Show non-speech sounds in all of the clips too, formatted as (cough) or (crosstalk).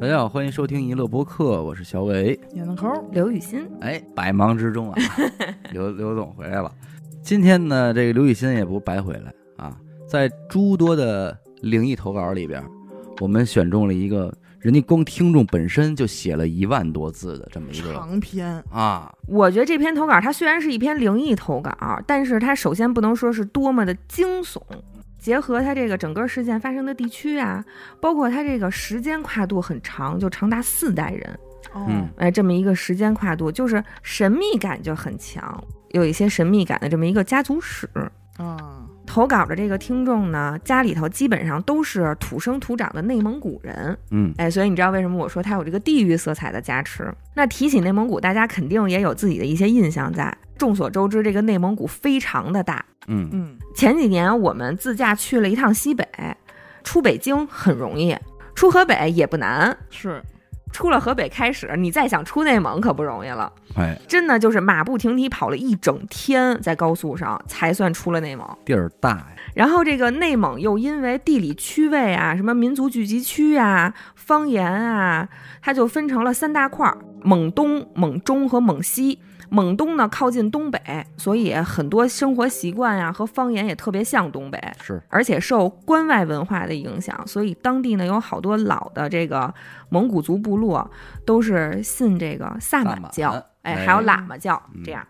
大家好，欢迎收听娱乐播客，我是小伟。闫德抠儿，刘雨欣，哎，百忙之中啊，刘刘总回来了。今天呢，这个刘雨欣也不白回来啊，在诸多的灵异投稿里边，我们选中了一个人家光听众本身就写了一万多字的这么一个长篇，啊，我觉得这篇投稿它虽然是一篇灵异投稿，但是它首先不能说是多么的惊悚，结合它这个整个事件发生的地区啊，包括它这个时间跨度很长，就长达四代人，哦嗯，哎，这么一个时间跨度，就是神秘感就很强，有一些神秘感的这么一个家族史。啊，投稿的这个听众呢，家里头基本上都是土生土长的内蒙古人，嗯，哎，所以你知道为什么我说它有这个地域色彩的加持？那提起内蒙古，大家肯定也有自己的一些印象在。众所周知，这个内蒙古非常的大。嗯，嗯，前几年我们自驾去了一趟西北，出北京很容易，出河北也不难。是出了河北开始，你再想出内蒙可不容易了，哎，真的就是马不停蹄跑了一整天在高速上，才算出了内蒙。地儿大呀，然后这个内蒙又因为地理区位啊，什么民族聚集区啊、方言啊，它就分成了三大块儿：蒙东、蒙中和蒙西。蒙东呢靠近东北，所以很多生活习惯呀、和方言也特别像东北，是，而且受关外文化的影响，所以当地呢有好多老的这个蒙古族部落都是信这个萨萨满满教，哎，哎还有喇嘛教嗯这样。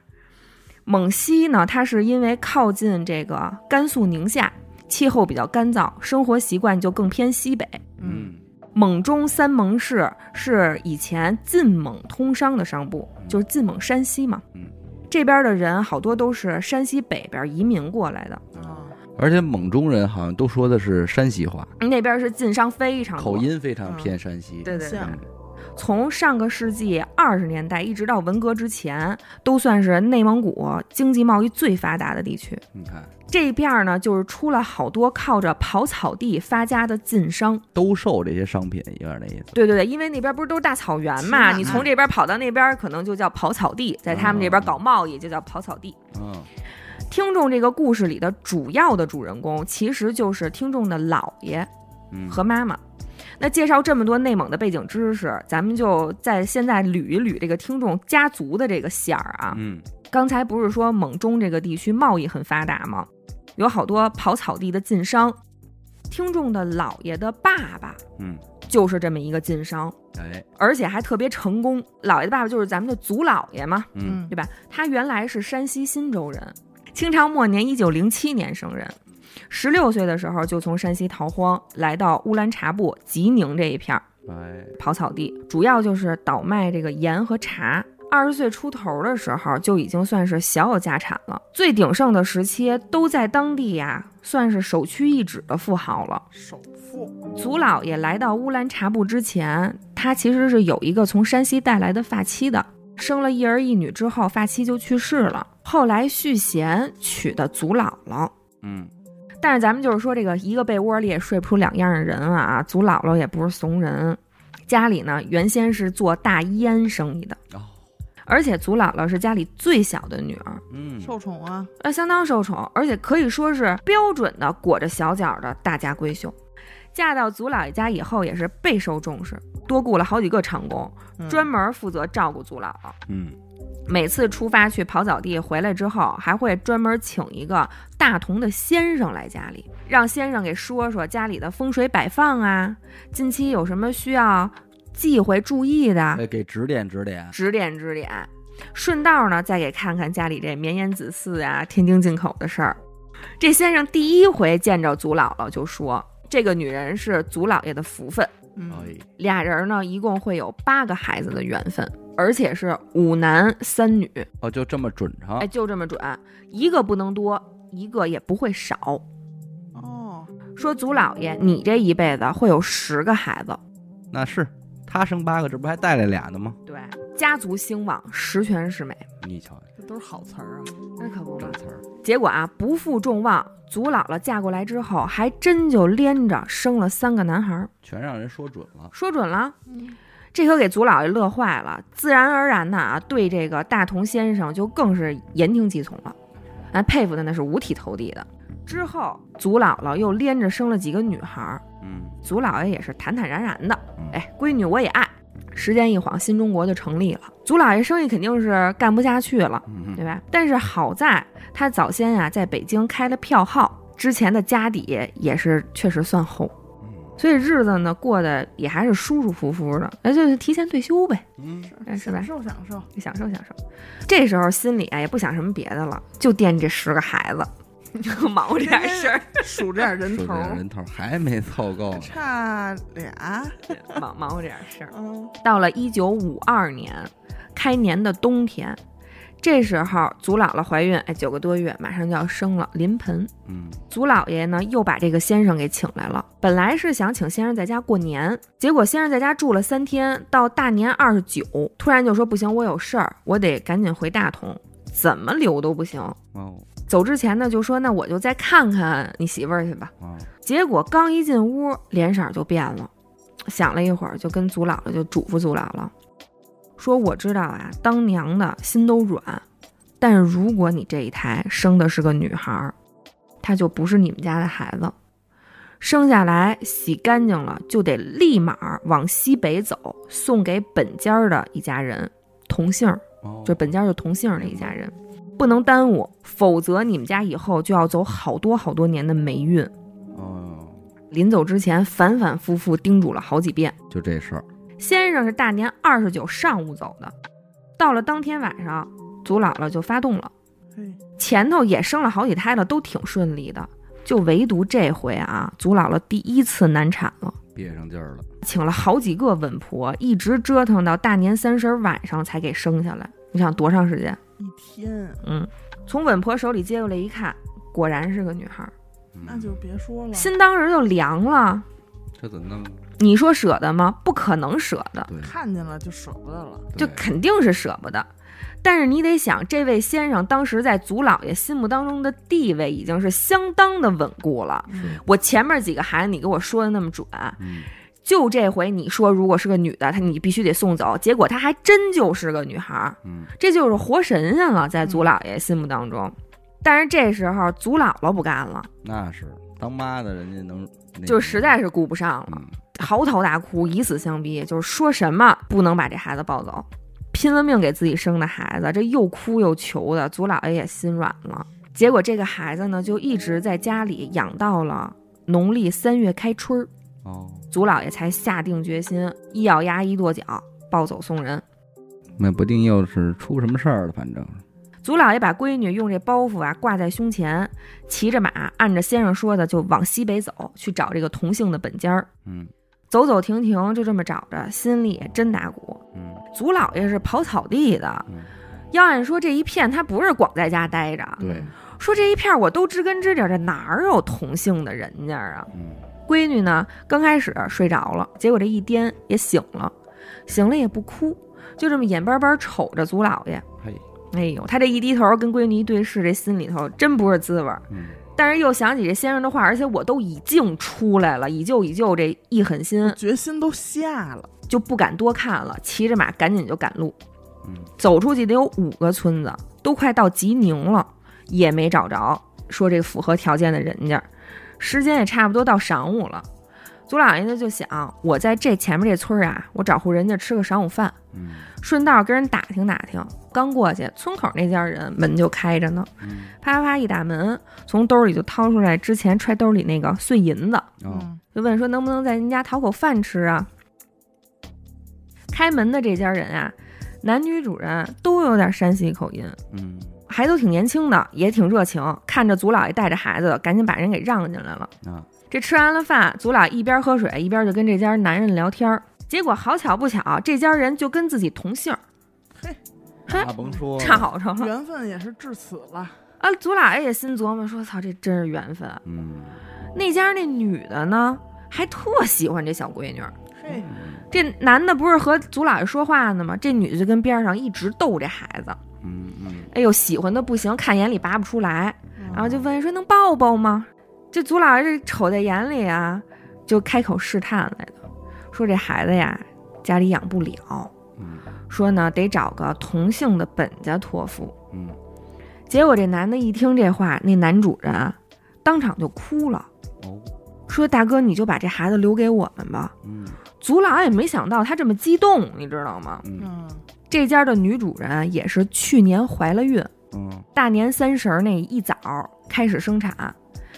蒙西呢，它是因为靠近这个甘肃宁夏，气候比较干燥，生活习惯就更偏西北。嗯嗯，蒙中三盟市是以前晋蒙通商的商埠，就是晋蒙山西嘛。嗯，这边的人好多都是山西北边移民过来的，啊，而且蒙中人好像都说的是山西话，那边是晋商非常多口。音非常嗯偏山西，对对对像嗯从上个世纪二十年代一直到文革之前，都算是内蒙古经济贸易最发达的地区。你看这片儿呢，就是出了好多靠着刨草地发家的晋商。兜售这些商品，有点那意思，对对对，因为那边不是都是大草原骑马嘛，你从这边跑到那边，可能就叫刨草地，在他们这边搞贸易就叫刨草地。嗯，听众这个故事里的主要的主人公，其实就是听众的姥爷嗯和妈妈。那介绍这么多内蒙的背景知识，咱们就在现在捋一捋这个听众家族的这个线儿啊。嗯，刚才不是说蒙中这个地区贸易很发达吗？有好多跑草地的晋商。听众的姥爷的爸爸嗯，就是这么一个晋商，哎，而且还特别成功。姥爷的爸爸就是咱们的祖姥爷嘛，嗯，对吧？他原来是山西忻州人，清朝末年一九零七年生人，十六岁的时候就从山西逃荒，来到乌兰察布、吉宁这一片儿哎，跑草地，主要就是倒卖这个盐和茶。二十岁出头的时候就已经算是小有家产了，最鼎盛的时期都在当地呀、算是首屈一指的富豪了。首富，祖姥爷来到乌兰察布之前，他其实是有一个从山西带来的发妻的，生了一儿一女之后，发妻就去世了。后来续弦娶的祖姥姥，嗯，但是咱们就是说，这个一个被窝里也睡不出两样的人啊，祖姥姥也不是怂人。家里呢，原先是做大烟生意的，哦，而且祖姥姥是家里最小的女儿，嗯，受宠啊，呃，相当受宠，而且可以说是标准的裹着小脚的大家闺秀。嫁到祖姥爷家以后，也是备受重视，多雇了好几个长工，嗯专门负责照顾祖姥姥。嗯，每次出发去跑草地，回来之后还会专门请一个大同的先生来家里，让先生给说说家里的风水摆放啊，近期有什么需要忌讳注意的，哎，给指点指点，指点指点，顺道呢再给看看家里这绵延子嗣啊、天津进口的事儿。这先生第一回见着祖姥姥就说，这个女人是祖姥爷的福分。嗯，哎，俩人呢一共会有八个孩子的缘分，而且是五男三女，哦，就这么准成哎，，就这么准，一个不能多，一个也不会少。哦，说祖姥爷，你这一辈子会有十个孩子，那是他生八个，这不还带来俩呢吗？对，家族兴旺，十全十美。你瞧，这都是好词儿啊，那可不嘛整。词儿，结果啊，不负众望，祖姥姥嫁过来之后，还真就连着生了三个男孩儿。全让人说准了，说准了，嗯这可给祖姥爷乐坏了，自然而然的啊，对这个大同先生就更是言听计从了，啊，佩服的那是五体投地的。之后，祖姥姥又连着生了几个女孩儿，嗯，祖老爷也是坦坦然然的嗯，哎，闺女我也爱。时间一晃，新中国就成立了。祖老爷生意肯定是干不下去了，嗯对吧？但是好在他早先啊在北京开了票号，之前的家底也是确实算厚，嗯所以日子呢过得也还是舒舒服服的，那就是提前退休呗，嗯哎是吧享受享受，享受享受。这时候心里啊也不想什么别的了，就惦记这十个孩子，就忙活这点事儿， (laughs) 数这点人数头这儿，人头还没凑够呢，差俩，忙忙活这点事儿。嗯，到了一九五二年开年的冬天，这时候祖姥姥怀孕，哎，九个多月，马上就要生了，临盆。嗯祖老爷呢又把这个先生给请来了，本来是想请先生在家过年，结果先生在家住了三天，到大年二十九，突然就说不行，我有事儿，我得赶紧回大同，怎么留都不行。哦走之前呢，就说那我就再看看你媳妇儿去吧。哦，结果刚一进屋，脸色儿就变了，想了一会儿，就跟祖姥姥就嘱咐祖姥姥，说我知道啊，当娘的心都软，但是如果你这一胎生的是个女孩儿，她就不是你们家的孩子，生下来洗干净了就得立马儿往西北走，送给本家儿的一家人，同姓儿。哦就本家就同姓儿的一家人，不能耽误，否则你们家以后就要走好多好多年的霉运。哦，临走之前，反反复复叮嘱了好几遍。就这事儿，先生是大年二十九上午走的，到了当天晚上，祖姥姥就发动了，嘿，前头也生了好几胎了，都挺顺利的，就唯独这回啊，祖姥姥第一次难产了。憋上劲儿了，请了好几个稳婆，一直折腾到大年三十晚上才给生下来。你想多长时间？一天，嗯，从稳婆手里接过来一看，果然是个女孩儿，嗯那就别说了，心当时就凉了。这怎么弄？你说舍得吗？不可能舍得，对，看见了就舍不得了，就对肯定是舍不得。但是你得想，这位先生当时在祖老爷心目当中的地位已经是相当的稳固了。是我前面几个孩子你给我说的那么准，嗯就这回你说如果是个女的，她你必须得送走，结果她还真就是个女孩儿。嗯这就是活神仙了，在祖老爷心目当中。但是这时候祖姥姥不干了，那是当妈的人家能，那就个实在是顾不上了，嗯嚎啕大哭，以死相逼，就是说什么不能把这孩子抱走，拼了命给自己生的孩子，这又哭又求的，祖姥爷也心软了。结果这个孩子呢，就一直在家里养到了农历三月开春儿，哦，祖姥爷才下定决心，一咬牙一跺脚抱走送人。那不定又是出什么事儿了，反正是祖姥爷把闺女用这包袱啊挂在胸前，骑着马，按着先生说的就往西北走，去找这个同姓的本家儿。嗯走走停停，就这么找着，心里也真打鼓。嗯祖姥爷是刨草地的，嗯，要按说这一片他不是光在家待着，对，说这一片我都知根知底儿的，哪儿有同姓的人家啊？嗯闺女呢，刚开始睡着了，结果这一颠也醒了，醒了也不哭，就这么眼巴巴瞅着祖姥爷。嘿，哎呦，他这一低头跟闺女一对视，这心里头真不是滋味儿。嗯但是又想起这先生的话，而且我都已经出来了，以旧以旧，这一狠心决心都下了，就不敢多看了，骑着马赶紧就赶路，嗯走出去得有五个村子，都快到集宁了，也没找着说这符合条件的人家，时间也差不多到晌午了。祖老爷呢就想，我在这前面这村儿啊，我找户人家吃个晌午饭，嗯顺道跟人打听打听。刚过去，村口那家人门就开着呢，嗯啪啪啪一打门，从兜里就掏出来之前揣兜里那个碎银子，哦嗯，就问说能不能在您家讨口饭吃啊？开门的这家人啊，男女主人都有点山西口音，嗯还都挺年轻的，也挺热情。看着祖老爷带着孩子，赶紧把人给让进来了。啊这吃完了饭，祖老爷一边喝水一边就跟这家男人聊天儿。结果好巧不巧，这家人就跟自己同姓儿，嘿那甭说了吵上了缘分也是至此了，啊！祖老爷也心琢磨说：“操，这真是缘分。啊嗯”那家那女的呢，还特喜欢这小闺女儿，嗯嘿，这男的不是和祖姥爷说话呢吗？这女的就跟边上一直逗这孩子，嗯嗯哎呦，喜欢的不行，看眼里拔不出来，嗯然后就问说能抱抱吗？这祖姥爷这瞅在眼里啊，就开口试探来了，说这孩子呀家里养不了，嗯说呢得找个同姓的本家托付。嗯结果这男的一听这话，那男主人啊当场就哭了，哦说大哥你就把这孩子留给我们吧。嗯族老也没想到他这么激动，你知道吗？嗯嗯，这家的女主人啊也是去年怀了孕，嗯大年三十儿那一早开始生产，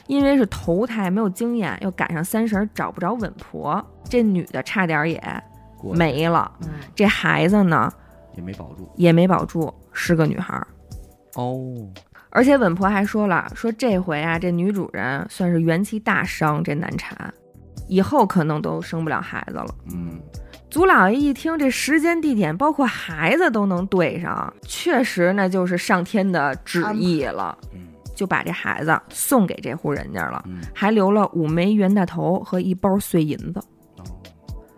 因为是头胎没有经验，又赶上三十儿找不着稳婆，这女的差点儿也过去没了。嗯这孩子呢也没保住也没保住，是个女孩儿。哦，而且稳婆还说了，说这回啊，这女主人算是元气大伤，这难产，以后可能都生不了孩子了。嗯祖老爷一听这时间、地点，包括孩子都能对上，确实那就是上天的旨意了，嗯就把这孩子送给这户人家了，嗯还留了五枚袁大头和一包碎银子。哦，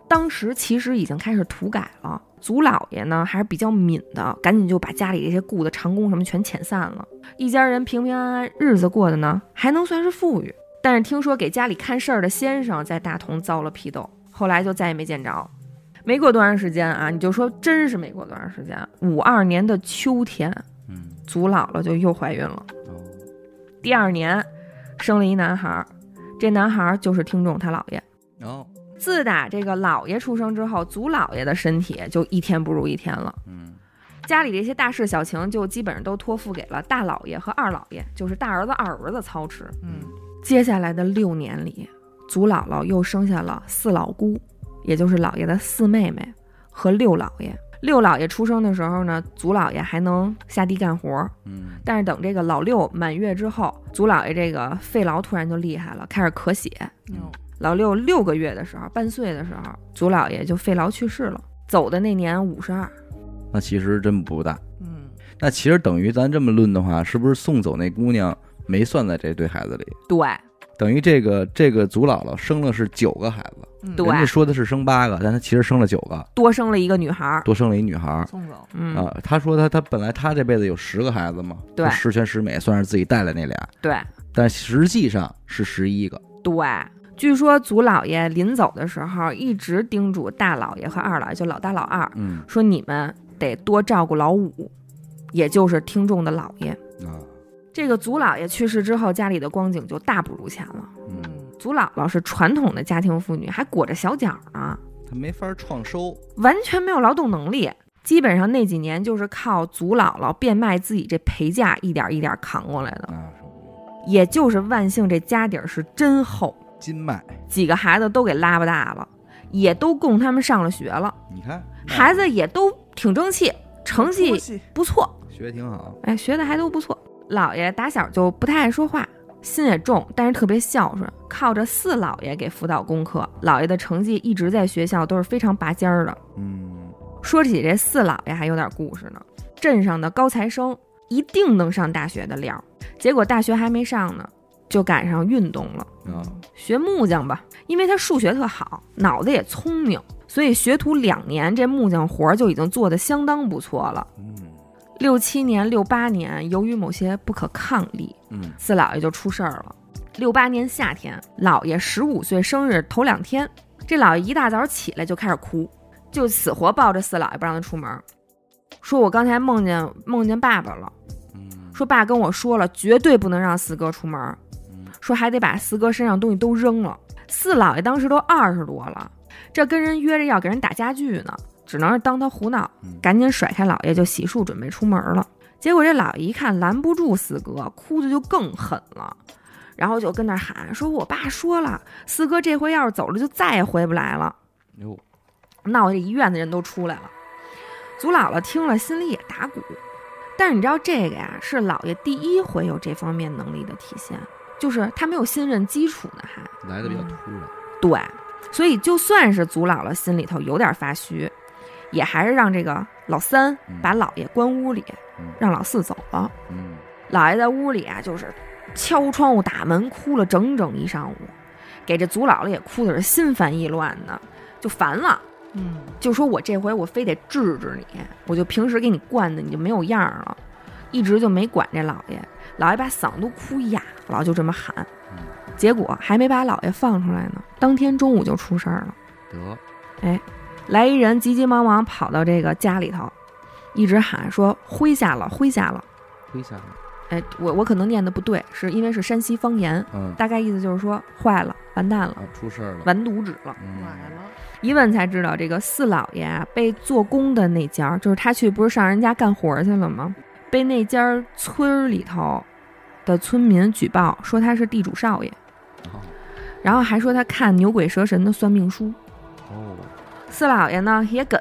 当时其实已经开始土改了，祖老爷呢还是比较敏的，赶紧就把家里这些雇的长工什么全遣散了，一家人平平安安日子过得呢还能算是富裕。但是听说给家里看事儿的先生在大同遭了批斗，后来就再也没见着。没过多长时间啊，你就说真是没过多长时间，五二年的秋天，嗯祖姥姥就又怀孕了。哦，第二年，生了一男孩儿，这男孩儿就是听众他姥爷。然后自打这个姥爷出生之后，祖姥爷的身体就一天不如一天了。嗯家里这些大事小情就基本上都托付给了大姥爷和二姥爷，就是大儿子、二儿子操持。嗯接下来的六年里，祖姥姥又生下了四老姑，也就是姥爷的四妹妹和六姥爷。六姥爷出生的时候呢，祖姥爷还能下地干活，嗯但是等这个老六满月之后，祖姥爷这个肺痨突然就厉害了，开始咳血，哟嗯老六六个月的时候，半岁的时候，祖姥爷就肺痨去世了。走的那年五十二，那其实真不大，嗯，那其实等于咱这么论的话，是不是送走那姑娘没算在这对孩子里？对等于这个这个祖姥姥生了是九个孩子，嗯对人家说的是生八个，但她其实生了九个，多生了一个女孩儿。多生了一女孩儿。送走，嗯，啊，她说她她本来她这辈子有十个孩子嘛，对她十全十美算是自己带来那俩，对但实际上是十一个。对。据说祖姥爷临走的时候，一直叮嘱大姥爷和二姥爷，就老大老二，嗯说你们得多照顾老五，也就是听众的姥爷。啊，这个祖姥爷去世之后，家里的光景就大不如前了。嗯，嗯祖姥姥是传统的家庭妇女，还裹着小脚呢。她没法创收。完全没有劳动能力，基本上那几年就是靠祖姥姥变卖自己这陪嫁一点一点扛过来的。啊，也就是万幸这家底儿是真厚，金脉，几个孩子都给拉巴大了，也都供他们上了学了，你看孩子也都挺争气，成出绩息嗯不错，学挺好，哎，学的还都不错。姥爷打小就不太爱说话，心也重，但是特别孝顺，靠着四姥爷给辅导功课。姥爷的成绩一直在学校都是非常拔尖儿的。嗯说起这四老爷还有点故事呢，镇上的高材生一定能上大学的料儿，结果大学还没上呢，就赶上运动了，啊，学木匠吧，因为他数学特好，脑子也聪明，所以学徒两年，这木匠活儿就已经做得相当不错了。嗯六七年、六八年，由于某些不可抗力，嗯四老爷就出事儿了。六八年夏天，老爷十五岁生日头两天，这老爷一大早起来就开始哭，就死活抱着四老爷不让他出门，说我刚才梦见梦见爸爸了，嗯说爸跟我说了，绝对不能让四哥出门嗯，说还得把四哥身上东西都扔了。四老爷当时都二十多了，这跟人约着要给人打家具呢，只能是当他胡闹嗯，赶紧甩开老爷就洗漱准备出门了。结果这老爷一看拦不住四哥，哭的就更狠了，然后就跟那儿喊说：“我爸说了，四哥这回要是走了就再也回不来了。”哟，闹得这一院子人都出来了。祖姥姥听了心里也打鼓，但是你知道这个呀，是姥爷第一回有这方面能力的体现，就是他没有信任基础呢，还来的比较突然，对，所以就算是祖姥姥心里头有点发虚，也还是让这个老三嗯把姥爷关屋里，嗯让老四走了。嗯姥爷在屋里啊，就是敲窗户打门，哭了整整一上午，给这祖姥姥也哭的是心烦意乱的，就烦了。嗯就说我这回我非得治治你，我就平时给你惯的你就没有样儿了，一直就没管这老爷，老爷把嗓子都哭哑了，就这么喊嗯，结果还没把老爷放出来呢，当天中午就出事儿了，得，来一人急急忙忙跑到这个家里头，一直喊说麾下了，麾下了，麾下了，哎，我我可能念的不对，是因为是山西方言，嗯，大概意思就是说坏了，完蛋了，啊，出事儿了，完犊子了。嗯买了，一问才知道，这个四老爷啊，被做工的那家儿，就是他去不是上人家干活儿去了吗？被那家儿村儿里头的村民举报说他是地主少爷，哦然后还说他看牛鬼蛇神的算命书。哦，四老爷呢也梗，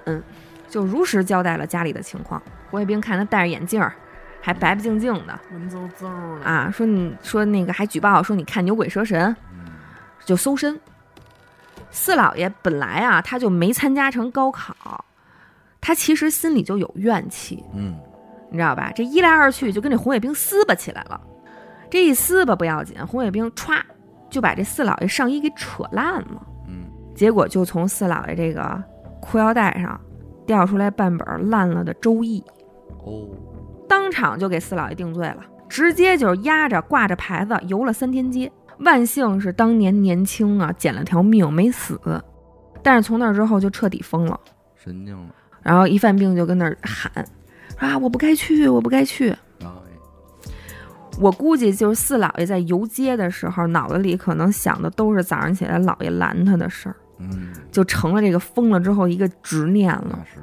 就如实交代了家里的情况。胡卫兵看他戴着眼镜儿，还白白净净的文绉绉的，啊，说你说那个还举报说你看牛鬼蛇神，嗯就搜身。四老爷本来啊他就没参加成高考，他其实心里就有怨气，嗯，你知道吧？这一来二去就跟这红卫兵撕巴起来了。这一撕巴不要紧，红卫兵歘就把这四老爷上衣给扯烂了。嗯，结果就从四老爷这个裤腰带上掉出来半本烂了的《周易哦，》，当场就给四老爷定罪了，直接就是压着挂着牌子游了三天街。万幸是当年年轻啊，捡了条命没死，但是从那之后就彻底疯了，神经了，然后一犯病就跟那儿喊。说啊！我不该去，我不该去。哎，我估计就是四老爷在游街的时候，脑子里可能想的都是早上起来老爷拦他的事儿，嗯，就成了这个疯了之后一个执念了。那是，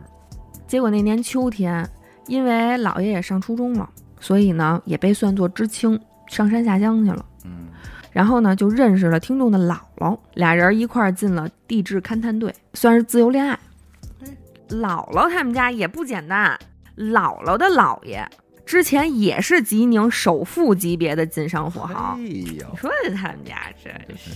结果那年秋天，因为姥爷也上初中了，所以呢也被算作知青，上山下乡去了。嗯，然后呢就认识了听众的姥姥，俩人一块儿进了地质勘探队，算是自由恋爱嗯。姥姥他们家也不简单，姥姥的姥爷之前也是吉宁首富级别的经商富豪哎。你呦，哎说他们家这这真是，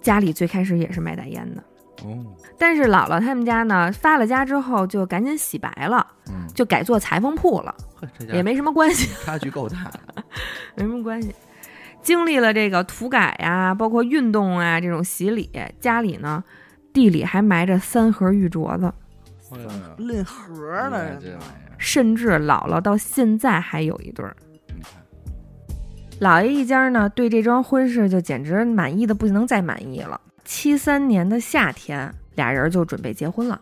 家里最开始也是卖大烟的，哦，但是姥姥他们家呢发了家之后就赶紧洗白了，嗯，就改做裁缝铺了。呵，这也家没什么关系， (laughs) 差距够 (laughs) 大的，没什么关系。经历了这个土改呀、包括运动啊这种洗礼，家里呢地里还埋着三盒玉镯子，哎呀拎盒儿的哎这人玩家，意儿，甚至姥姥到现在还有一对儿。你看，姥爷一家呢对这桩婚事就简直满意的不能再满意了。七三年的夏天，俩人就准备结婚了。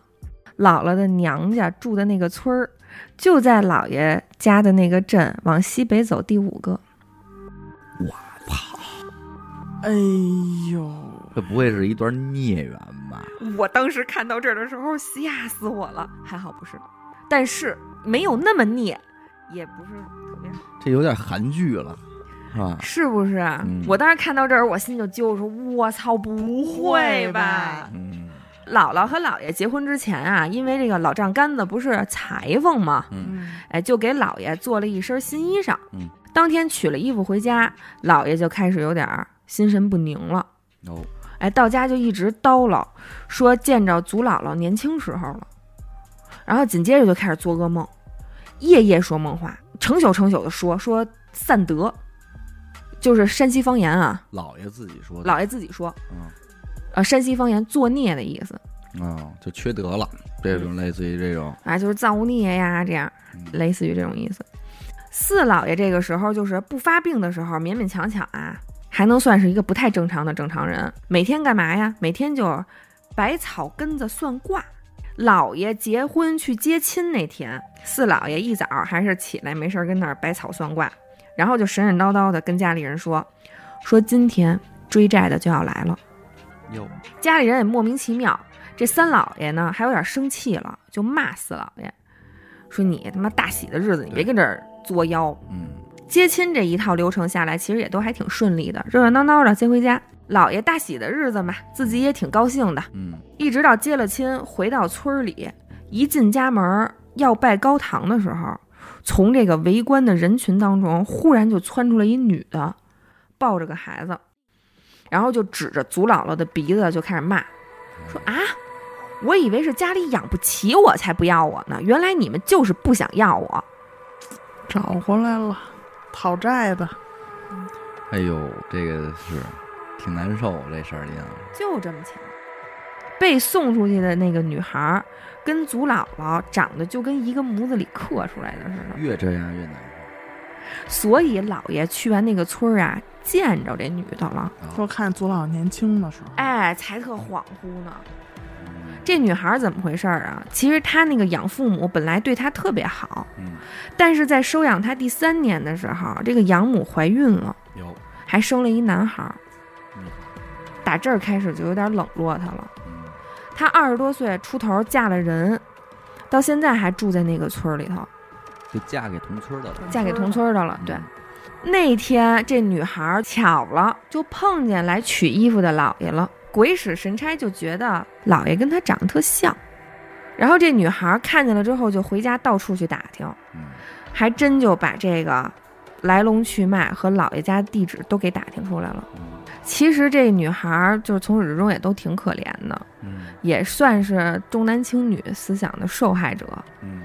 姥姥的娘家住的那个村儿，就在姥爷家的那个镇往西北走第五个。哎呦，这不会是一段孽缘吧？我当时看到这儿的时候，吓死我了。还好不是，但是没有那么孽，也不是特别好，这有点韩剧了，是吧？是不是？嗯我当时看到这儿，我心就揪说：“我操，不会吧？”嗯姥姥和姥爷结婚之前啊，因为这个老丈杆子不是裁缝嘛，嗯嗯，哎，就给姥爷做了一身新衣裳。嗯，当天取了衣服回家，姥爷就开始有点儿心神不宁了。哦，哎，到家就一直叨唠，说见着祖姥姥年轻时候了，然后紧接着就开始做噩梦，夜夜说梦话，成宿成宿的说说散德，就是山西方言啊，姥爷自己说的，姥爷自己说，嗯呃，山西方言作孽的意思啊，就缺德了，这种类似于这种，啊，就是造孽呀，这样嗯类似于这种意思。四姥爷这个时候就是不发病的时候，勉勉强强啊，还能算是一个不太正常的正常人。每天干嘛呀？每天就百草根子算卦。姥爷结婚去接亲那天，四姥爷一早还是起来没事儿跟那儿百草算卦，然后就神神叨叨的跟家里人说，说今天追债的就要来了。哟，家里人也莫名其妙。这三老爷呢，还有点生气了，就骂四老爷，说你他妈大喜的日子，你别跟这儿作妖。嗯接亲这一套流程下来，其实也都还挺顺利的，热热闹闹的接回家。老爷大喜的日子嘛，自己也挺高兴的。嗯，一直到接了亲，回到村儿里，一进家门儿要拜高堂的时候，从这个围观的人群当中，忽然就窜出来一女的，抱着个孩子，然后就指着祖姥姥的鼻子就开始骂，说啊，我以为是家里养不起我才不要我呢，原来你们就是不想要我。找回来了，讨债的，哎呦，这个是挺难受，这事儿你想，就这么巧，被送出去的那个女孩儿跟祖姥姥长得就跟一个模子里刻出来的似的。越这样越难所以姥爷去完那个村儿啊，见着这女的了，受。说啊看祖老年轻的时候，哎，才特恍惚呢。这女孩儿怎么回事儿啊？其实她那个养父母本来对她特别好，嗯，但是在收养她第三年的时候，这个养母怀孕了，有，还生了一男孩儿嗯。打这儿开始就有点冷落她了。嗯她二十多岁出头嫁了人，到现在还住在那个村儿里头，就嫁给同村的了。嫁给同村儿的了。对，嗯，那天这女孩儿巧了，就碰见来取衣服的老爷了。鬼使神差就觉得老爷跟她长得特像，然后这女孩儿看见了之后就回家到处去打听，嗯，还真就把这个来龙去脉和老爷家地址都给打听出来了。嗯其实这女孩儿就是从始至终也都挺可怜的，嗯也算是重男轻女思想的受害者。嗯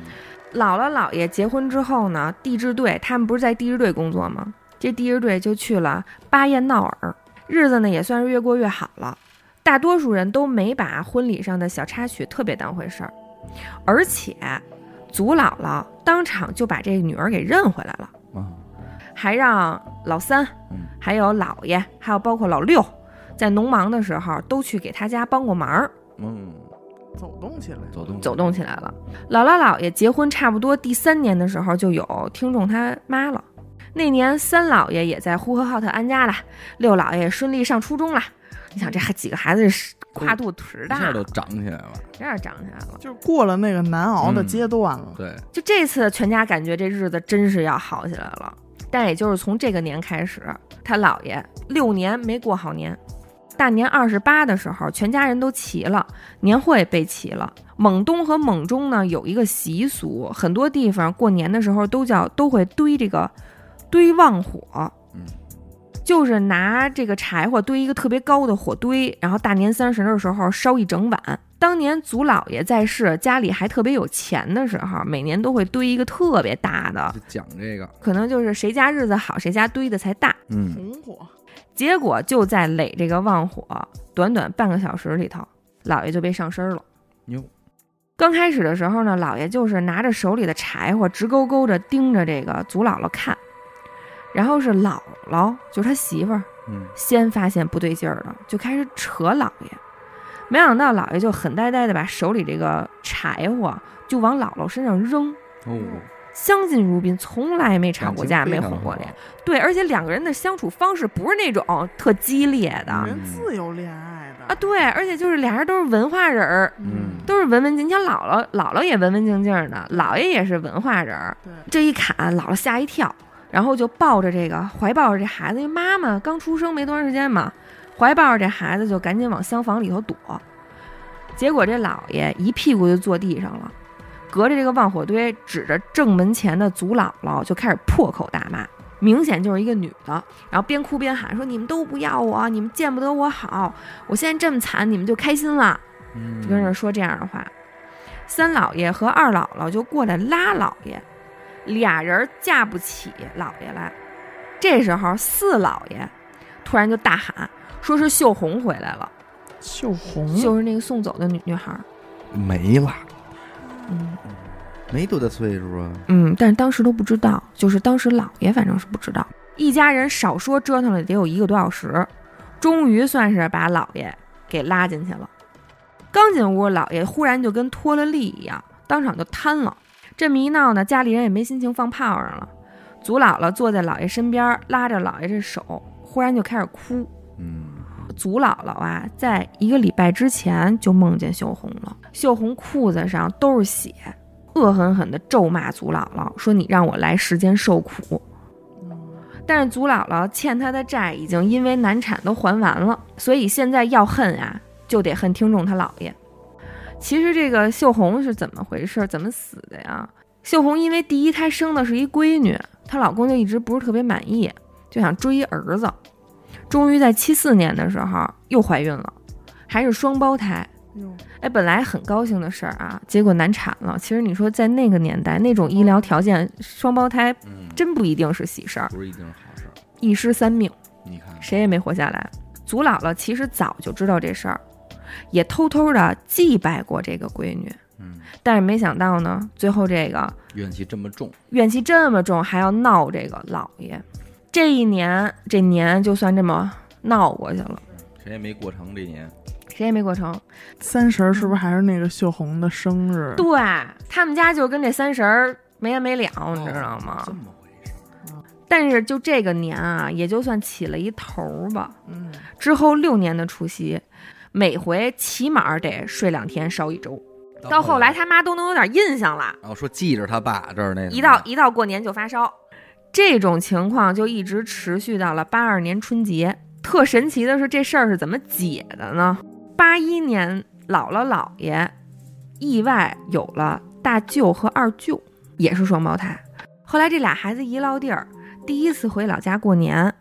姥姥姥爷结婚之后呢，地质队他们不是在地质队工作吗？这地质队就去了巴彦淖尔，日子呢也算是越过越好了。大多数人都没把婚礼上的小插曲特别当回事儿，而且祖姥姥当场就把这女儿给认回来了，啊，还让老三嗯、还有姥爷，还有包括老六，在农忙的时候都去给他家帮过忙儿。嗯，走动起来，走动走，动起来了。姥姥姥爷结婚差不多第三年的时候，就有听众他妈了。那年三姥爷也在呼和浩特安家了，六姥爷也顺利上初中了。你想，这还几个孩子是跨度忒儿一大下了就，长起来了。这样长起来了。就是过了那个难熬的阶段了。对，就这次全家感觉这日子真是要好起来了。但也就是从这个年开始，他姥爷六年没过好年。大年二十八的时候，全家人都齐了，年货也备齐了。蒙东和蒙中呢有一个习俗，很多地方过年的时候都叫都会堆这个堆旺火，嗯就是拿这个柴火堆一个特别高的火堆，然后大年三十的时候烧一整晚。当年祖姥爷在世，家里还特别有钱的时候，每年都会堆一个特别大的，就讲这个，可能就是谁家日子好，谁家堆的才大。嗯，红火，结果就在垒这个旺火短短半个小时里头，姥爷就被上身了。哟，刚开始的时候呢，姥爷就是拿着手里的柴火，直勾勾着盯着这个祖姥姥看，然后是姥姥，就是他媳妇儿，嗯先发现不对劲儿了，就开始扯姥爷。没想到姥爷就狠呆呆的把手里这个柴火就往姥姥身上扔，哦，相敬如宾，从来没吵过架，感情没非常哄过脸好。，对，而且两个人的相处方式不是那种哦特激烈嗯的啊，人自由恋爱的，对，而且就是俩人都是文化人儿，嗯都是文文静。你像姥姥，姥姥也文文静静的，姥爷也是文化人儿。对，这一砍，姥姥吓一跳，然后就抱着这个，怀抱着这孩子，因为妈妈刚出生没多长时间嘛，怀抱着这孩子就赶紧往厢房里头躲。结果这姥爷一屁股就坐地上了，隔着这个旺火堆，指着正门前的祖姥姥就开始破口大骂，明显就是一个女的，然后边哭边喊说：“你们都不要我，你们见不得我好，我现在这么惨，你们就开心了。”嗯就跟着说这样的话。三姥爷和二姥姥就过来拉姥爷，俩人架不起姥爷来。这时候四姥爷突然就大喊，说是秀红回来了，秀红，就是那个送走的女女孩儿。没了，嗯没多大岁数啊，嗯，但是当时都不知道，就是当时姥爷反正是不知道。一家人少说折腾了得有一个多小时，终于算是把姥爷给拉进去了。刚进屋，姥爷忽然就跟脱了力一样，当场就瘫了。这么一闹呢，家里人也没心情放炮仗了。祖姥姥坐在姥爷身边，拉着姥爷这手，忽然就开始哭。嗯祖姥姥啊，在一个礼拜之前就梦见秀红了，秀红裤子上都是血，恶狠狠地咒骂祖姥姥，说你让我来世间受苦。但是祖姥姥欠她的债已经因为难产都还完了，所以现在要恨啊，就得恨听众他姥爷。其实这个秀红是怎么回事，怎么死的呀？秀红因为第一胎生的是一闺女，她老公就一直不是特别满意，就想追一儿子。终于在七四年的时候又怀孕了，还是双胞胎。哟，哎，本来很高兴的事儿啊，结果难产了。其实你说在那个年代，那种医疗条件，双胞胎嗯，真不一定是喜事儿，不是一定是好事儿，一尸三命。你看看，谁也没活下来。祖姥姥其实早就知道这事儿，也偷偷的祭拜过这个闺女，嗯，但是没想到呢，最后这个怨气这么重，怨气这么重，还要闹这个姥爷。这一年，这年就算这么闹过去了，谁也没过成这年，谁也没过成。三十儿是不是还是那个秀红的生日？对他们家就跟这三十儿没完没了，你知道吗？这么回事儿？但是就这个年啊，也就算起了一头儿吧。嗯，之后六年的除夕，每回起码得睡两天，少一周。到后来，他妈都能有点印象了，然后说记着他爸这儿那什么一到一到过年就发烧，这种情况就一直持续到了八二年春节。特神奇的是，这事儿是怎么解的呢？八一年，姥姥姥爷意外有了大舅和二舅，也是双胞胎。后来这俩孩子一落地儿，第一次回老家过年，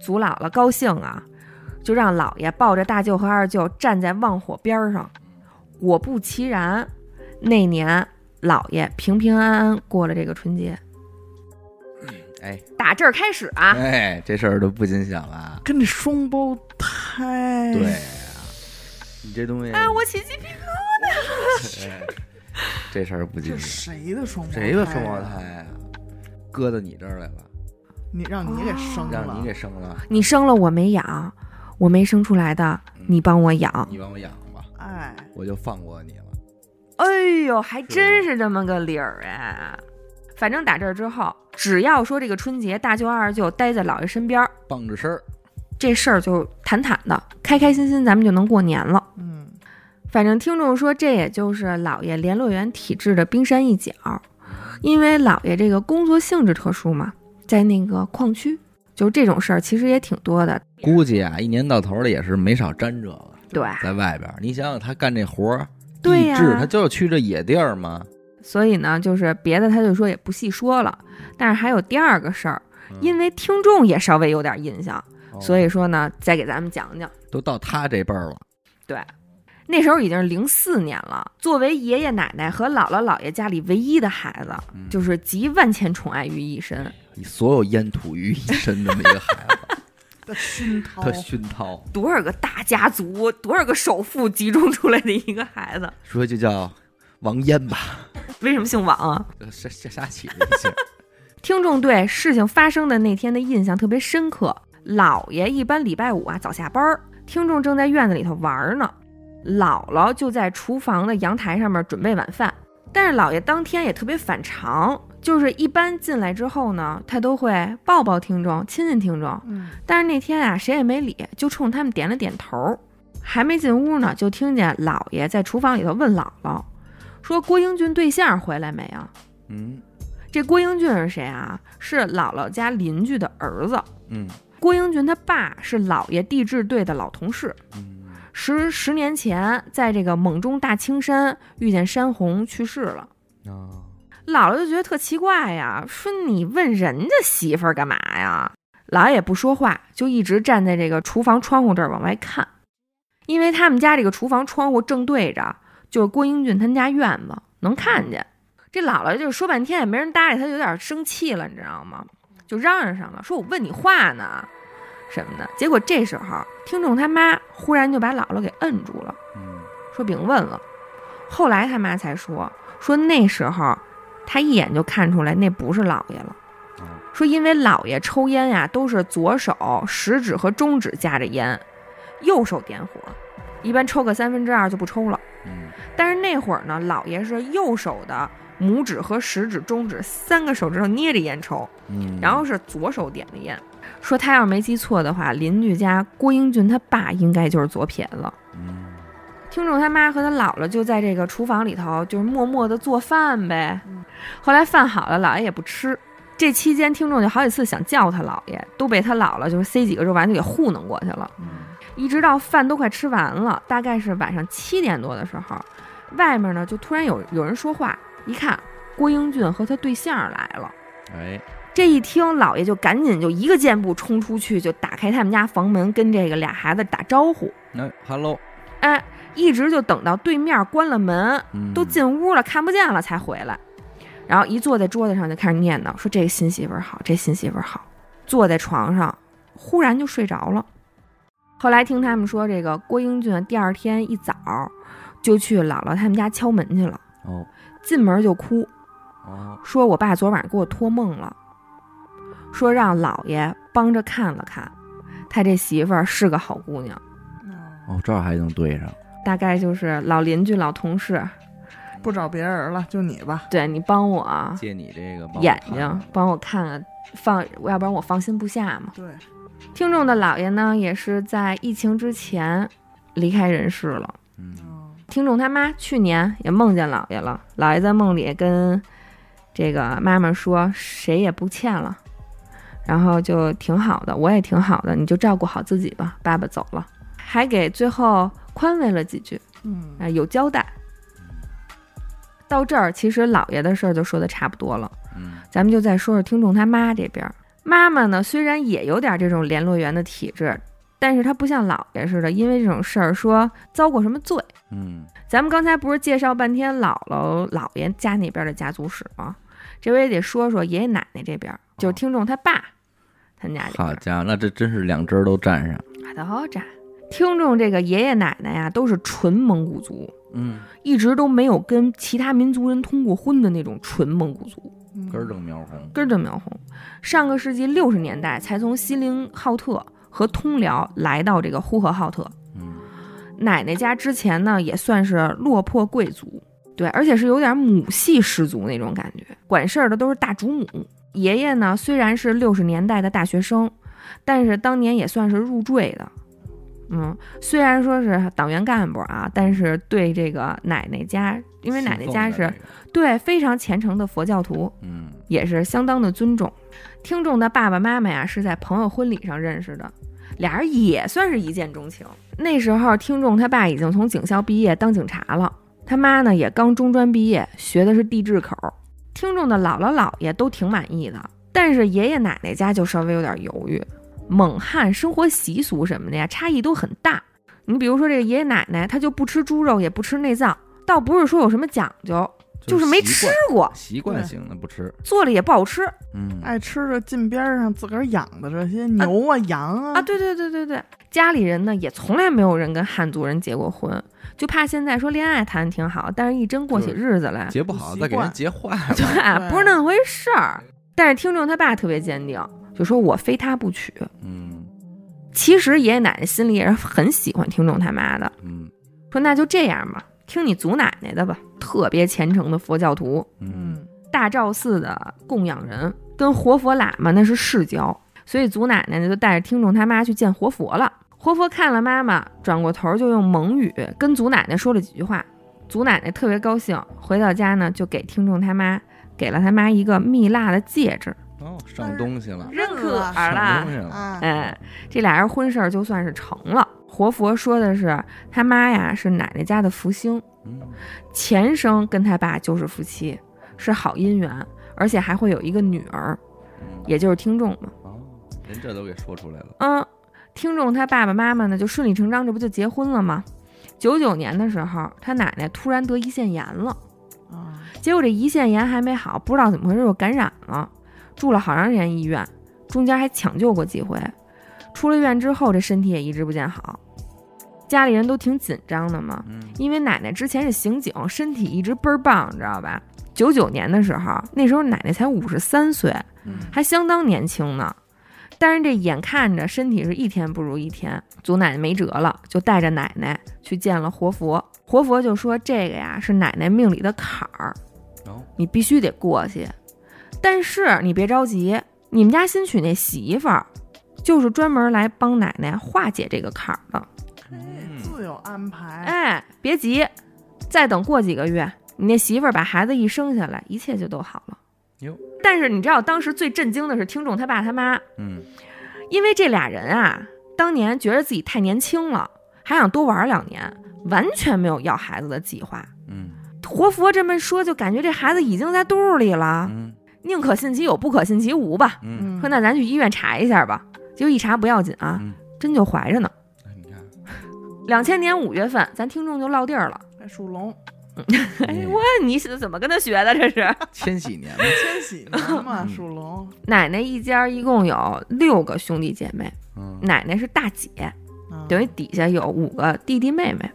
祖姥姥高兴啊，就让姥爷抱着大舅和二舅站在望火边儿上。果不其然，那年姥爷平平安安过了这个春节。哎打这儿开始啊，哎，这事儿就不禁想了啊。跟这双胞胎，对啊，你这东西，啊，我起鸡皮疙哎 (laughs) 这事儿不禁这想。谁的双胞胎？嗯谁的双胞？胎啊？搁到你这儿来了，你让你给生了，让你给生了，瘩。你生了我没养，我没生出来的，你帮我养。你帮我养了吧，哎，我就放过你了。哎呦，还真是这么个理儿哎。反正打这儿之后，只要说这个春节大舅二舅待在姥爷身边儿，傍着身儿，这事儿就坦坦的、开开心心，咱们就能过年了。嗯，反正听众说，这也就是姥爷联络员体制的冰山一角，因为姥爷这个工作性质特殊嘛，在那个矿区，就这种事儿其实也挺多的。估计啊，一年到头的也是没少沾这个，对，在外边儿。你想想，他干这活儿，对地呀质他就是去这野地儿嘛。所以呢，就是别的他就说也不细说了。但是还有第二个事儿，嗯因为听众也稍微有点印象，哦所以说呢，再给咱们讲讲。都到他这辈儿了，那时候已经是零四年了，作为爷爷奶奶和姥姥姥爷家里唯一的孩子，嗯就是集万千宠爱于一身。以所有烟土于一身这么一个孩子，的熏陶哦他熏陶，多少个大家族，多少个首富集中出来的一个孩子， (laughs) 说就叫王烟吧，为什么姓王啊？瞎瞎瞎起的一姓。听众对事情发生的那天的印象特别深刻。姥爷一般礼拜五啊早下班儿，听众正在院子里头玩儿呢，姥姥就在厨房的阳台上面准备晚饭。但是姥爷当天也特别反常，就是一般进来之后呢，他都会抱抱听众、亲亲听众，嗯，但是那天啊，谁也没理，就冲他们点了点头儿。还没进屋呢，就听见姥爷在厨房里头问姥姥，说郭英俊对象回来没啊？ (laughs) 嗯这郭英俊是谁啊？是姥姥家邻居的儿子。嗯郭英俊他爸是姥爷地质队的老同事，嗯，十十年前在这个蒙中大青山遇见山洪去世了。哦啊，姥姥就觉得特奇怪呀，说你问人家媳妇儿干嘛呀？姥爷也不说话，就一直站在这个厨房窗户这儿往外看，因为他们家这个厨房窗户正对着就是郭英俊他们家院子，能看见。这姥姥就是说半天也没人搭理他，有点生气了，你知道吗？就嚷嚷上了，说我问你话呢，什么的。结果这时候听众他妈忽然就把姥姥给摁住了。嗯说别问了。后来他妈才说，说那时候他一眼就看出来那不是姥爷了哦。说因为姥爷抽烟呀、都是左手食指和中指夹着烟，右手点火，一般抽个三分之二就不抽了。嗯，但是那会儿呢，姥爷是右手的拇指和食指、中指三个手指头捏着烟抽，嗯然后是左手点的烟。说他要是没记错的话，邻居家郭英俊他爸应该就是左撇子。嗯听众他妈和他姥姥就在这个厨房里头，就是默默的做饭呗嗯。后来饭好了，姥爷也不吃。这期间，听众就好几次想叫他姥爷，都被他姥姥就是塞几个肉丸子给糊弄过去了。嗯一直到饭都快吃完了，大概是晚上七点多的时候，外面呢就突然有有人说话，一看郭英俊和他对象来了。哎，这一听，姥爷就赶紧就一个箭步冲出去，就打开他们家房门，跟这个俩孩子打招呼。那 Hello，哎，一直就等到对面关了门，嗯都进屋了，看不见了才回来。然后一坐在桌子上就开始念叨，说这个新媳妇儿好，这新媳妇儿好。坐在床上，忽然就睡着了。后来听他们说，这个郭英俊第二天一早就去姥姥他们家敲门去了，哦进门就哭，哦，说我爸昨晚给我托梦了，说让姥爷帮着看了看，他这媳妇儿是个好姑娘。哦哦，这儿还能对上。大概就是老邻居、老同事，不找别人了，就你吧。对你帮我啊借你这个眼睛，帮我看看，放要不然我放心不下嘛。对，听众的姥爷呢，也是在疫情之前离开人世了。嗯，嗯，听众他妈去年也梦见姥爷了，姥爷在梦里跟这个妈妈说谁也不欠了，然后就挺好的，我也挺好的，你就照顾好自己吧。爸爸走了，还给最后宽慰了几句，嗯，啊，有交代。到这儿，其实姥爷的事儿就说的差不多了，嗯，咱们就再说说听众他妈这边儿。妈妈呢，虽然也有点这种联络员的体质，但是她不像姥爷似的，因为这种事儿说遭过什么罪。嗯，咱们刚才不是介绍半天姥姥姥爷家那边的家族史吗？这回也得说说爷爷奶奶这边儿，就是听众他爸，他们家这边好儿。家伙，那这真是两针儿都沾上。好的，好家，听众这个爷爷奶奶呀，都是纯蒙古族，嗯，一直都没有跟其他民族人通过婚的那种纯蒙古族，嗯根儿正苗红。根正苗红。上个世纪六十年代才从锡林浩特和通辽来到这个呼和浩特。嗯，奶奶家之前呢，也算是落魄贵族，对，而且是有点母系氏族那种感觉，管事儿的都是大主母。爷爷呢，虽然是六十年代的大学生，但是当年也算是入赘的。嗯，虽然说是党员干部啊，但是对这个奶奶家，因为奶奶家信是奉的这个对非常虔诚的佛教徒，嗯也是相当的尊重。听众的爸爸妈妈呀是在朋友婚礼上认识的，俩人也算是一见钟情。那时候，听众他爸已经从警校毕业当警察了，他妈呢也刚中专毕业，学的是地质口。听众的姥姥姥爷都挺满意的，但是爷爷奶奶家就稍微有点犹豫。蒙汉生活习俗什么的呀，差异都很大。你比如说这个爷爷奶奶，他就不吃猪肉，也不吃内脏，倒不是说有什么讲究，就是没吃习惯过，习惯性的不吃。做了也不好吃啊嗯，哎爱吃的近边儿上自个儿养的这些牛啊、羊啊啊！，对对对对对，家里人呢也从来没有人跟汉族人结过婚，就怕现在说恋爱谈的挺好，但是一真过起日子来，结不好再给人结坏 (laughs) 了。对，对不是那么回事儿。但是听众他爸特别坚定，就说我非他不娶。嗯其实爷爷奶奶心里也是很喜欢听众他妈的，嗯说那就这样吧，听你祖奶奶的吧。特别虔诚的佛教徒，嗯嗯，大昭寺的供养人，跟活佛喇嘛那是世交，所以祖奶奶呢就带着听众他妈去见活佛了。活佛看了妈妈，转过头就用蒙语跟祖奶奶说了几句话，祖奶奶特别高兴，回到家呢就给听众他妈给了他妈一个蜜蜡的戒指，哦，上东西了，认可哎儿上了东。西了。啊，哎，这俩人婚事儿就算是成了。活佛说的是他妈呀是奶奶家的福星，嗯前生跟他爸就是夫妻，是好姻缘，而且还会有一个女儿，嗯也就是听众嘛。哦，连这都给说出来了。嗯，听众他爸爸妈妈呢就顺理成章，这不就结婚了吗？九九年的时候，他奶奶突然得胰腺炎了，啊，结果这胰腺炎还没好，不知道怎么回事又感染了，住了好长时间医院，中间还抢救过几回。出了院之后，这身体也一直不见好，家里人都挺紧张的嘛，嗯因为奶奶之前是刑警，身体一直倍儿棒，你知道吧？九九年的时候，那时候奶奶才五十三岁，嗯还相当年轻呢。但是这眼看着身体是一天不如一天，祖奶奶没辙了，就带着奶奶去见了活佛。活佛就说：“这个呀是奶奶命里的坎儿，哦你必须得过去。但是你别着急，你们家新娶那媳妇儿，就是专门来帮奶奶化解这个坎儿的。嘿哎自有安排，哎，别急，再等过几个月，你那媳妇儿把孩子一生下来，一切就都好了。哟但是你知道，当时最震惊的是听众他爸他妈，嗯因为这俩人啊，当年觉得自己太年轻了，还想多玩两年，完全没有要孩子的计划。嗯活佛这么说，就感觉这孩子已经在肚里了，嗯宁可信其有，不可信其无吧。嗯嗯，说那咱去医院查一下吧，结果一查不要紧啊，嗯，真就怀着呢。哎你看，两千年五月份，咱听众就落地儿了。哎属龙，哎我你是怎么跟他学的？这 (laughs) 是千禧年嘛，千禧年嘛，嗯属龙奶奶一家一共有六个兄弟姐妹，嗯奶奶是大姐，啊，等于底下有五个弟弟妹妹，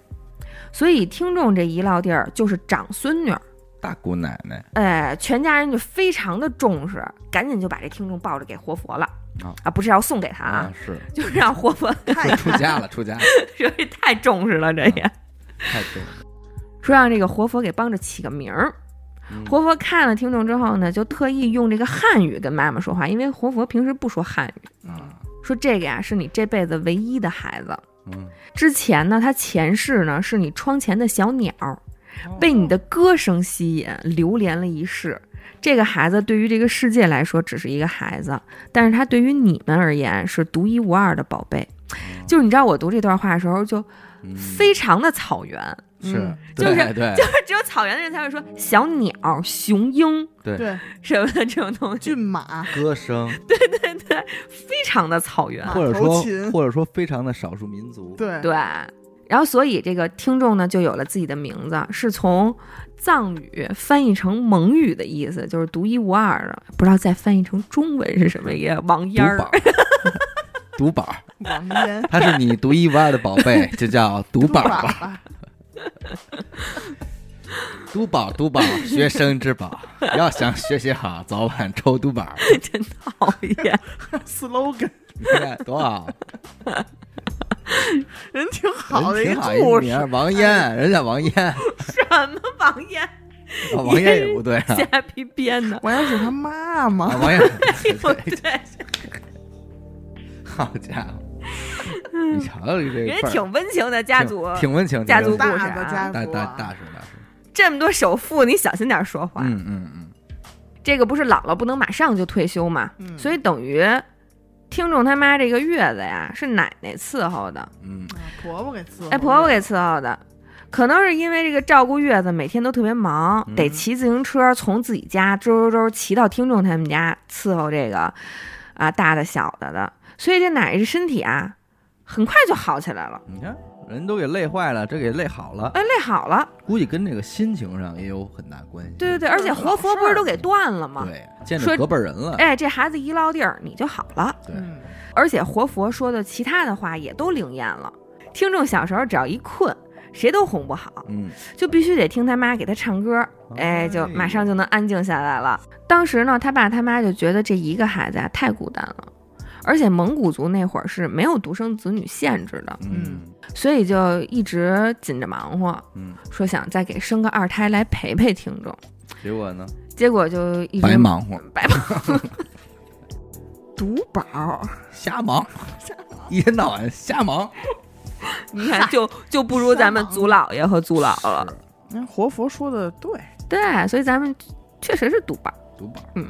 所以听众这一落地儿就是长孙女儿，大姑奶奶，哎，全家人就非常的重视，赶紧就把这听众抱着给活佛了。啊啊，不是要送给他啊，是就是让活佛 (laughs) 太出家了，出家了，这也太重视了，这也、太对了。说让这个活佛给帮着起个名儿。嗯活佛看了听众之后呢，就特意用这个汉语跟妈妈说话，因为活佛平时不说汉语，啊，说这个呀是你这辈子唯一的孩子。嗯，之前呢，他前世呢是你窗前的小鸟，被你的歌声吸引，流连了一世。这个孩子对于这个世界来说只是一个孩子，但是他对于你们而言是独一无二的宝贝。就是你知道，我读这段话的时候就嗯非常的草原，是嗯，对就是对就是 (laughs) 只有草原的人才会说小鸟、雄鹰对，对，什么的这种东西，骏马、歌声，非常的草原。马或者头说琴或者说非常的少数民族，对对，然后所以这个听众呢就有了自己的名字，是从藏语翻译成蒙语的意思，就是独一无二的，不知道再翻译成中文是什么也王独烟儿宝。独宝，王烟、它是你独一无二的宝贝，就叫独宝 (laughs) 吧， (laughs) 吧，独宝独宝，学生之宝。要想学习好，早晚抽独宝，真讨厌， (laughs) slogan，你看多好！人挺好的人一挺好一故名事儿，，王嫣，人家王嫣，什么王烟？啊王嫣也不对啊，瞎逼编 (laughs) 的，王烟是他妈啊 (laughs) 妈，王嫣，对不对？好家伙，你瞧瞧这嗯人个家范儿，挺温情的家族，挺温情，家挺族温情大故事的啊家大族大啊，大是大是，这么多首富，你小心点说话。嗯嗯嗯，这个不是姥姥不能马上就退休嘛，嗯所以等于听众他妈这个月子呀是奶奶伺候的，嗯，啊婆婆给伺候，哎，婆婆给伺候的。可能是因为这个照顾月子，每天都特别忙，嗯得骑自行车从自己家周周周骑到听众他们家伺候这个啊大的小的的，所以这奶奶这身体啊很快就好起来了，嗯你看人都给累坏了，这给累好了，哎，累好了。估计跟这个心情上也有很大关系。对对对，而且活佛不是都给断了吗？对，见着说隔辈儿人了，哎，这孩子一落地儿你就好了。对，嗯，而且活佛说的其他的话也都灵验了。听众小时候只要一困，谁都哄不好，嗯，就必须得听他妈给他唱歌，哦哎，就马上就能安静下来了。当时呢，他爸他妈就觉得这一个孩子啊太孤单了，而且蒙古族那会儿是没有独生子女限制的，嗯所以就一直紧着忙活，嗯，说想再给生个二胎来陪陪听众。结果呢，结果就一直白忙活，白忙，独宝，瞎忙，一天到晚瞎忙，你看 (laughs) 就就不如咱们祖姥爷和祖姥了。人嗯活佛说的对，对，所以咱们确实是独伴儿。独板儿，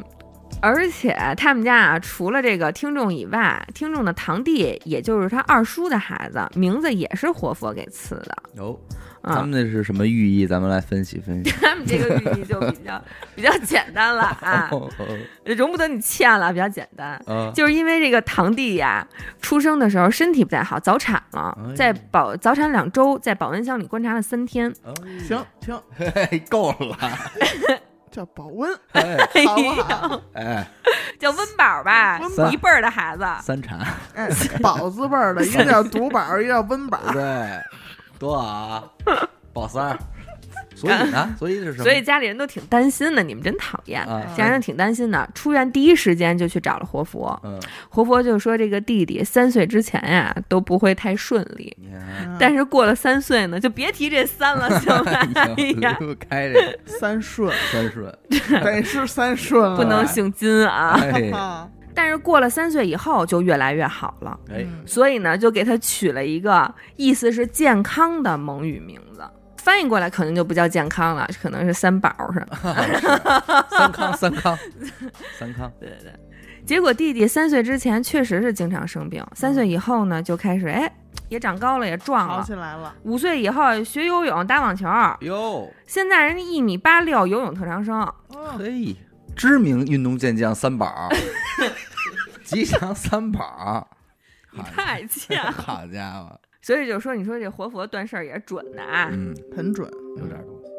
而且他们家啊，除了这个听众以外，听众的堂弟，也就是他二叔的孩子，名字也是活佛给赐的。有他嗯们，那是什么寓意？咱们来分析分析。他们这个寓意就比 (laughs) 较比较简单了啊，哦哦容不得你欠了，比较简单。哦就是因为这个堂弟呀、出生的时候身体不太好，早产了哎，在保早产两周，在保温箱里观察了三天。啊，行，停，行，够了，叫保温， (laughs) 哎好不好？哎，叫温宝吧嗯温宝，一辈儿的孩子。三产， (laughs) 哎，宝字辈儿的，一个叫独宝，一个叫温宝，对，多好啊，宝三儿。所以呢，所以是什么？所以家里人都挺担心的，你们真讨厌，啊家人挺担心的。出院第一时间就去找了活佛，嗯，活佛就说这个弟弟三岁之前呀、都不会太顺利，你看，嗯但是过了三岁呢，就别提这三了，行 (laughs) 吗？哎离呀，不开这个三 (laughs) 顺，三顺，得是三顺了，不能姓金啊！哎啊，但是过了三岁以后就越来越好了，哎，嗯所以呢，就给他取了一个意思是健康的蒙语名字。翻译过来可能就不叫健康了，可能是三宝什么的。三康三康三康，对对对。结果弟弟三岁之前确实是经常生病，三岁以后呢就开始哎也长高了，也壮好了起。来了，五岁以后学游泳、打网球，哟，现在人家一米八六，游泳特长生。嗯嘿，知名运动健将三宝，吉祥三 (laughs) 宝，你太欠 (laughs) 了，好家伙，所以就说你说这活佛断事儿也是准的啊。嗯，很准，有点东西，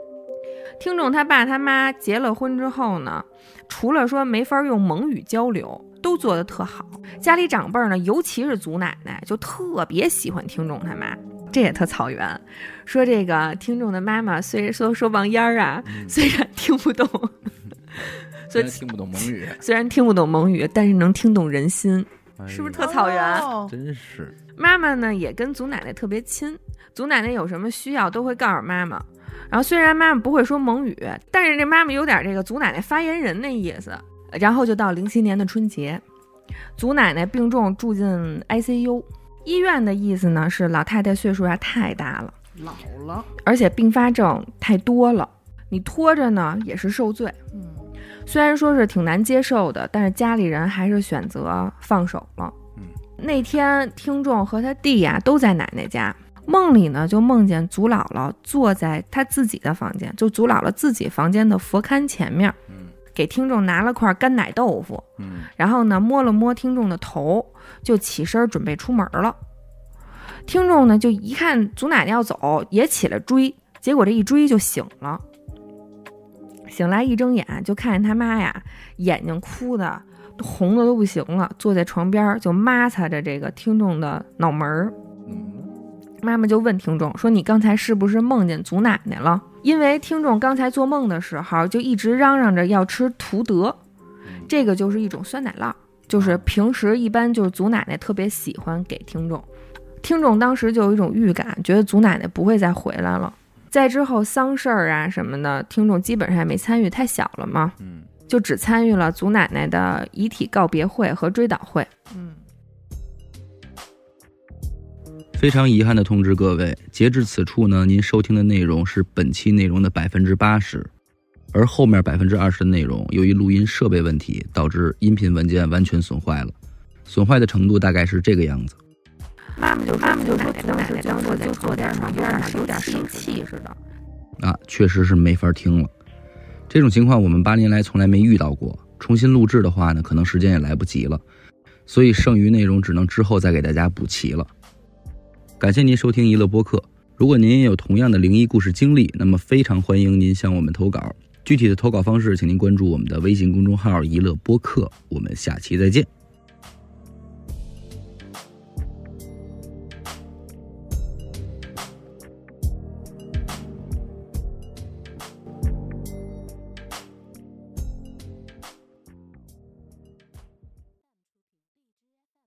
听众他爸他妈结了婚之后呢，除了说没法用蒙语交流，都做得特好。家里长辈儿呢，尤其是祖奶奶，就特别喜欢听众他妈。这也特草原，说这个听众的妈妈虽然说说王嫣儿啊，虽然听不懂，虽所以然听不懂蒙语，虽然听不懂蒙语，但是能听懂人心。哎是不是特呦草原哦真是妈妈呢也跟祖奶奶特别亲，祖奶奶有什么需要都会告诉妈妈。然后虽然妈妈不会说蒙语，但是这妈妈有点这个祖奶奶发言人那意思。然后就到零七年的春节，祖奶奶病重住进 ICU，医院的意思呢是老太太岁数啊太大了，老了，而且并发症太多了，你拖着呢也是受罪。嗯，虽然说是挺难接受的，但是家里人还是选择放手了。嗯，那天听众和他弟呀、都在奶奶家，梦里呢就梦见祖姥姥坐在她自己的房间，就祖姥姥自己房间的佛龛前面，嗯给听众拿了块干奶豆腐，嗯，然后呢摸了摸听众的头，就起身准备出门了。听众呢就一看祖奶奶要走，也起来追，结果这一追就醒了。醒来一睁眼就看见他妈呀，眼睛哭的都红的都不行了，坐在床边儿就抹擦着这个听众的脑门儿。嗯妈妈就问听众说：“你刚才是不是梦见祖奶奶了？”因为听众刚才做梦的时候就一直嚷嚷着要吃图德，这个就是一种酸奶酪，就是平时一般就是祖奶奶特别喜欢给听众。听众当时就有一种预感，觉得祖奶奶不会再回来了。再之后丧事儿啊什么的，听众基本上也没参与，太小了嘛，嗯就只参与了祖奶奶的遗体告别会和追悼会。嗯，非常遗憾的通知各位，截至此处呢，您收听的内容是本期内容的百分之八十，而后面百分之二十的内容由于录音设备问题导致音频文件完全损坏了，损坏的程度大概是这个样子。妈妈就妈妈就说祖奶奶当时就坐在床边上，有点生气似的。啊，确实是没法听了。这种情况我们八年来从来没遇到过，重新录制的话呢，可能时间也来不及了，所以剩余内容只能之后再给大家补齐了。感谢您收听娱乐播客。如果您也有同样的灵异故事经历，那么非常欢迎您向我们投稿。具体的投稿方式，请您关注我们的微信公众号“娱乐播客”。我们下期再见。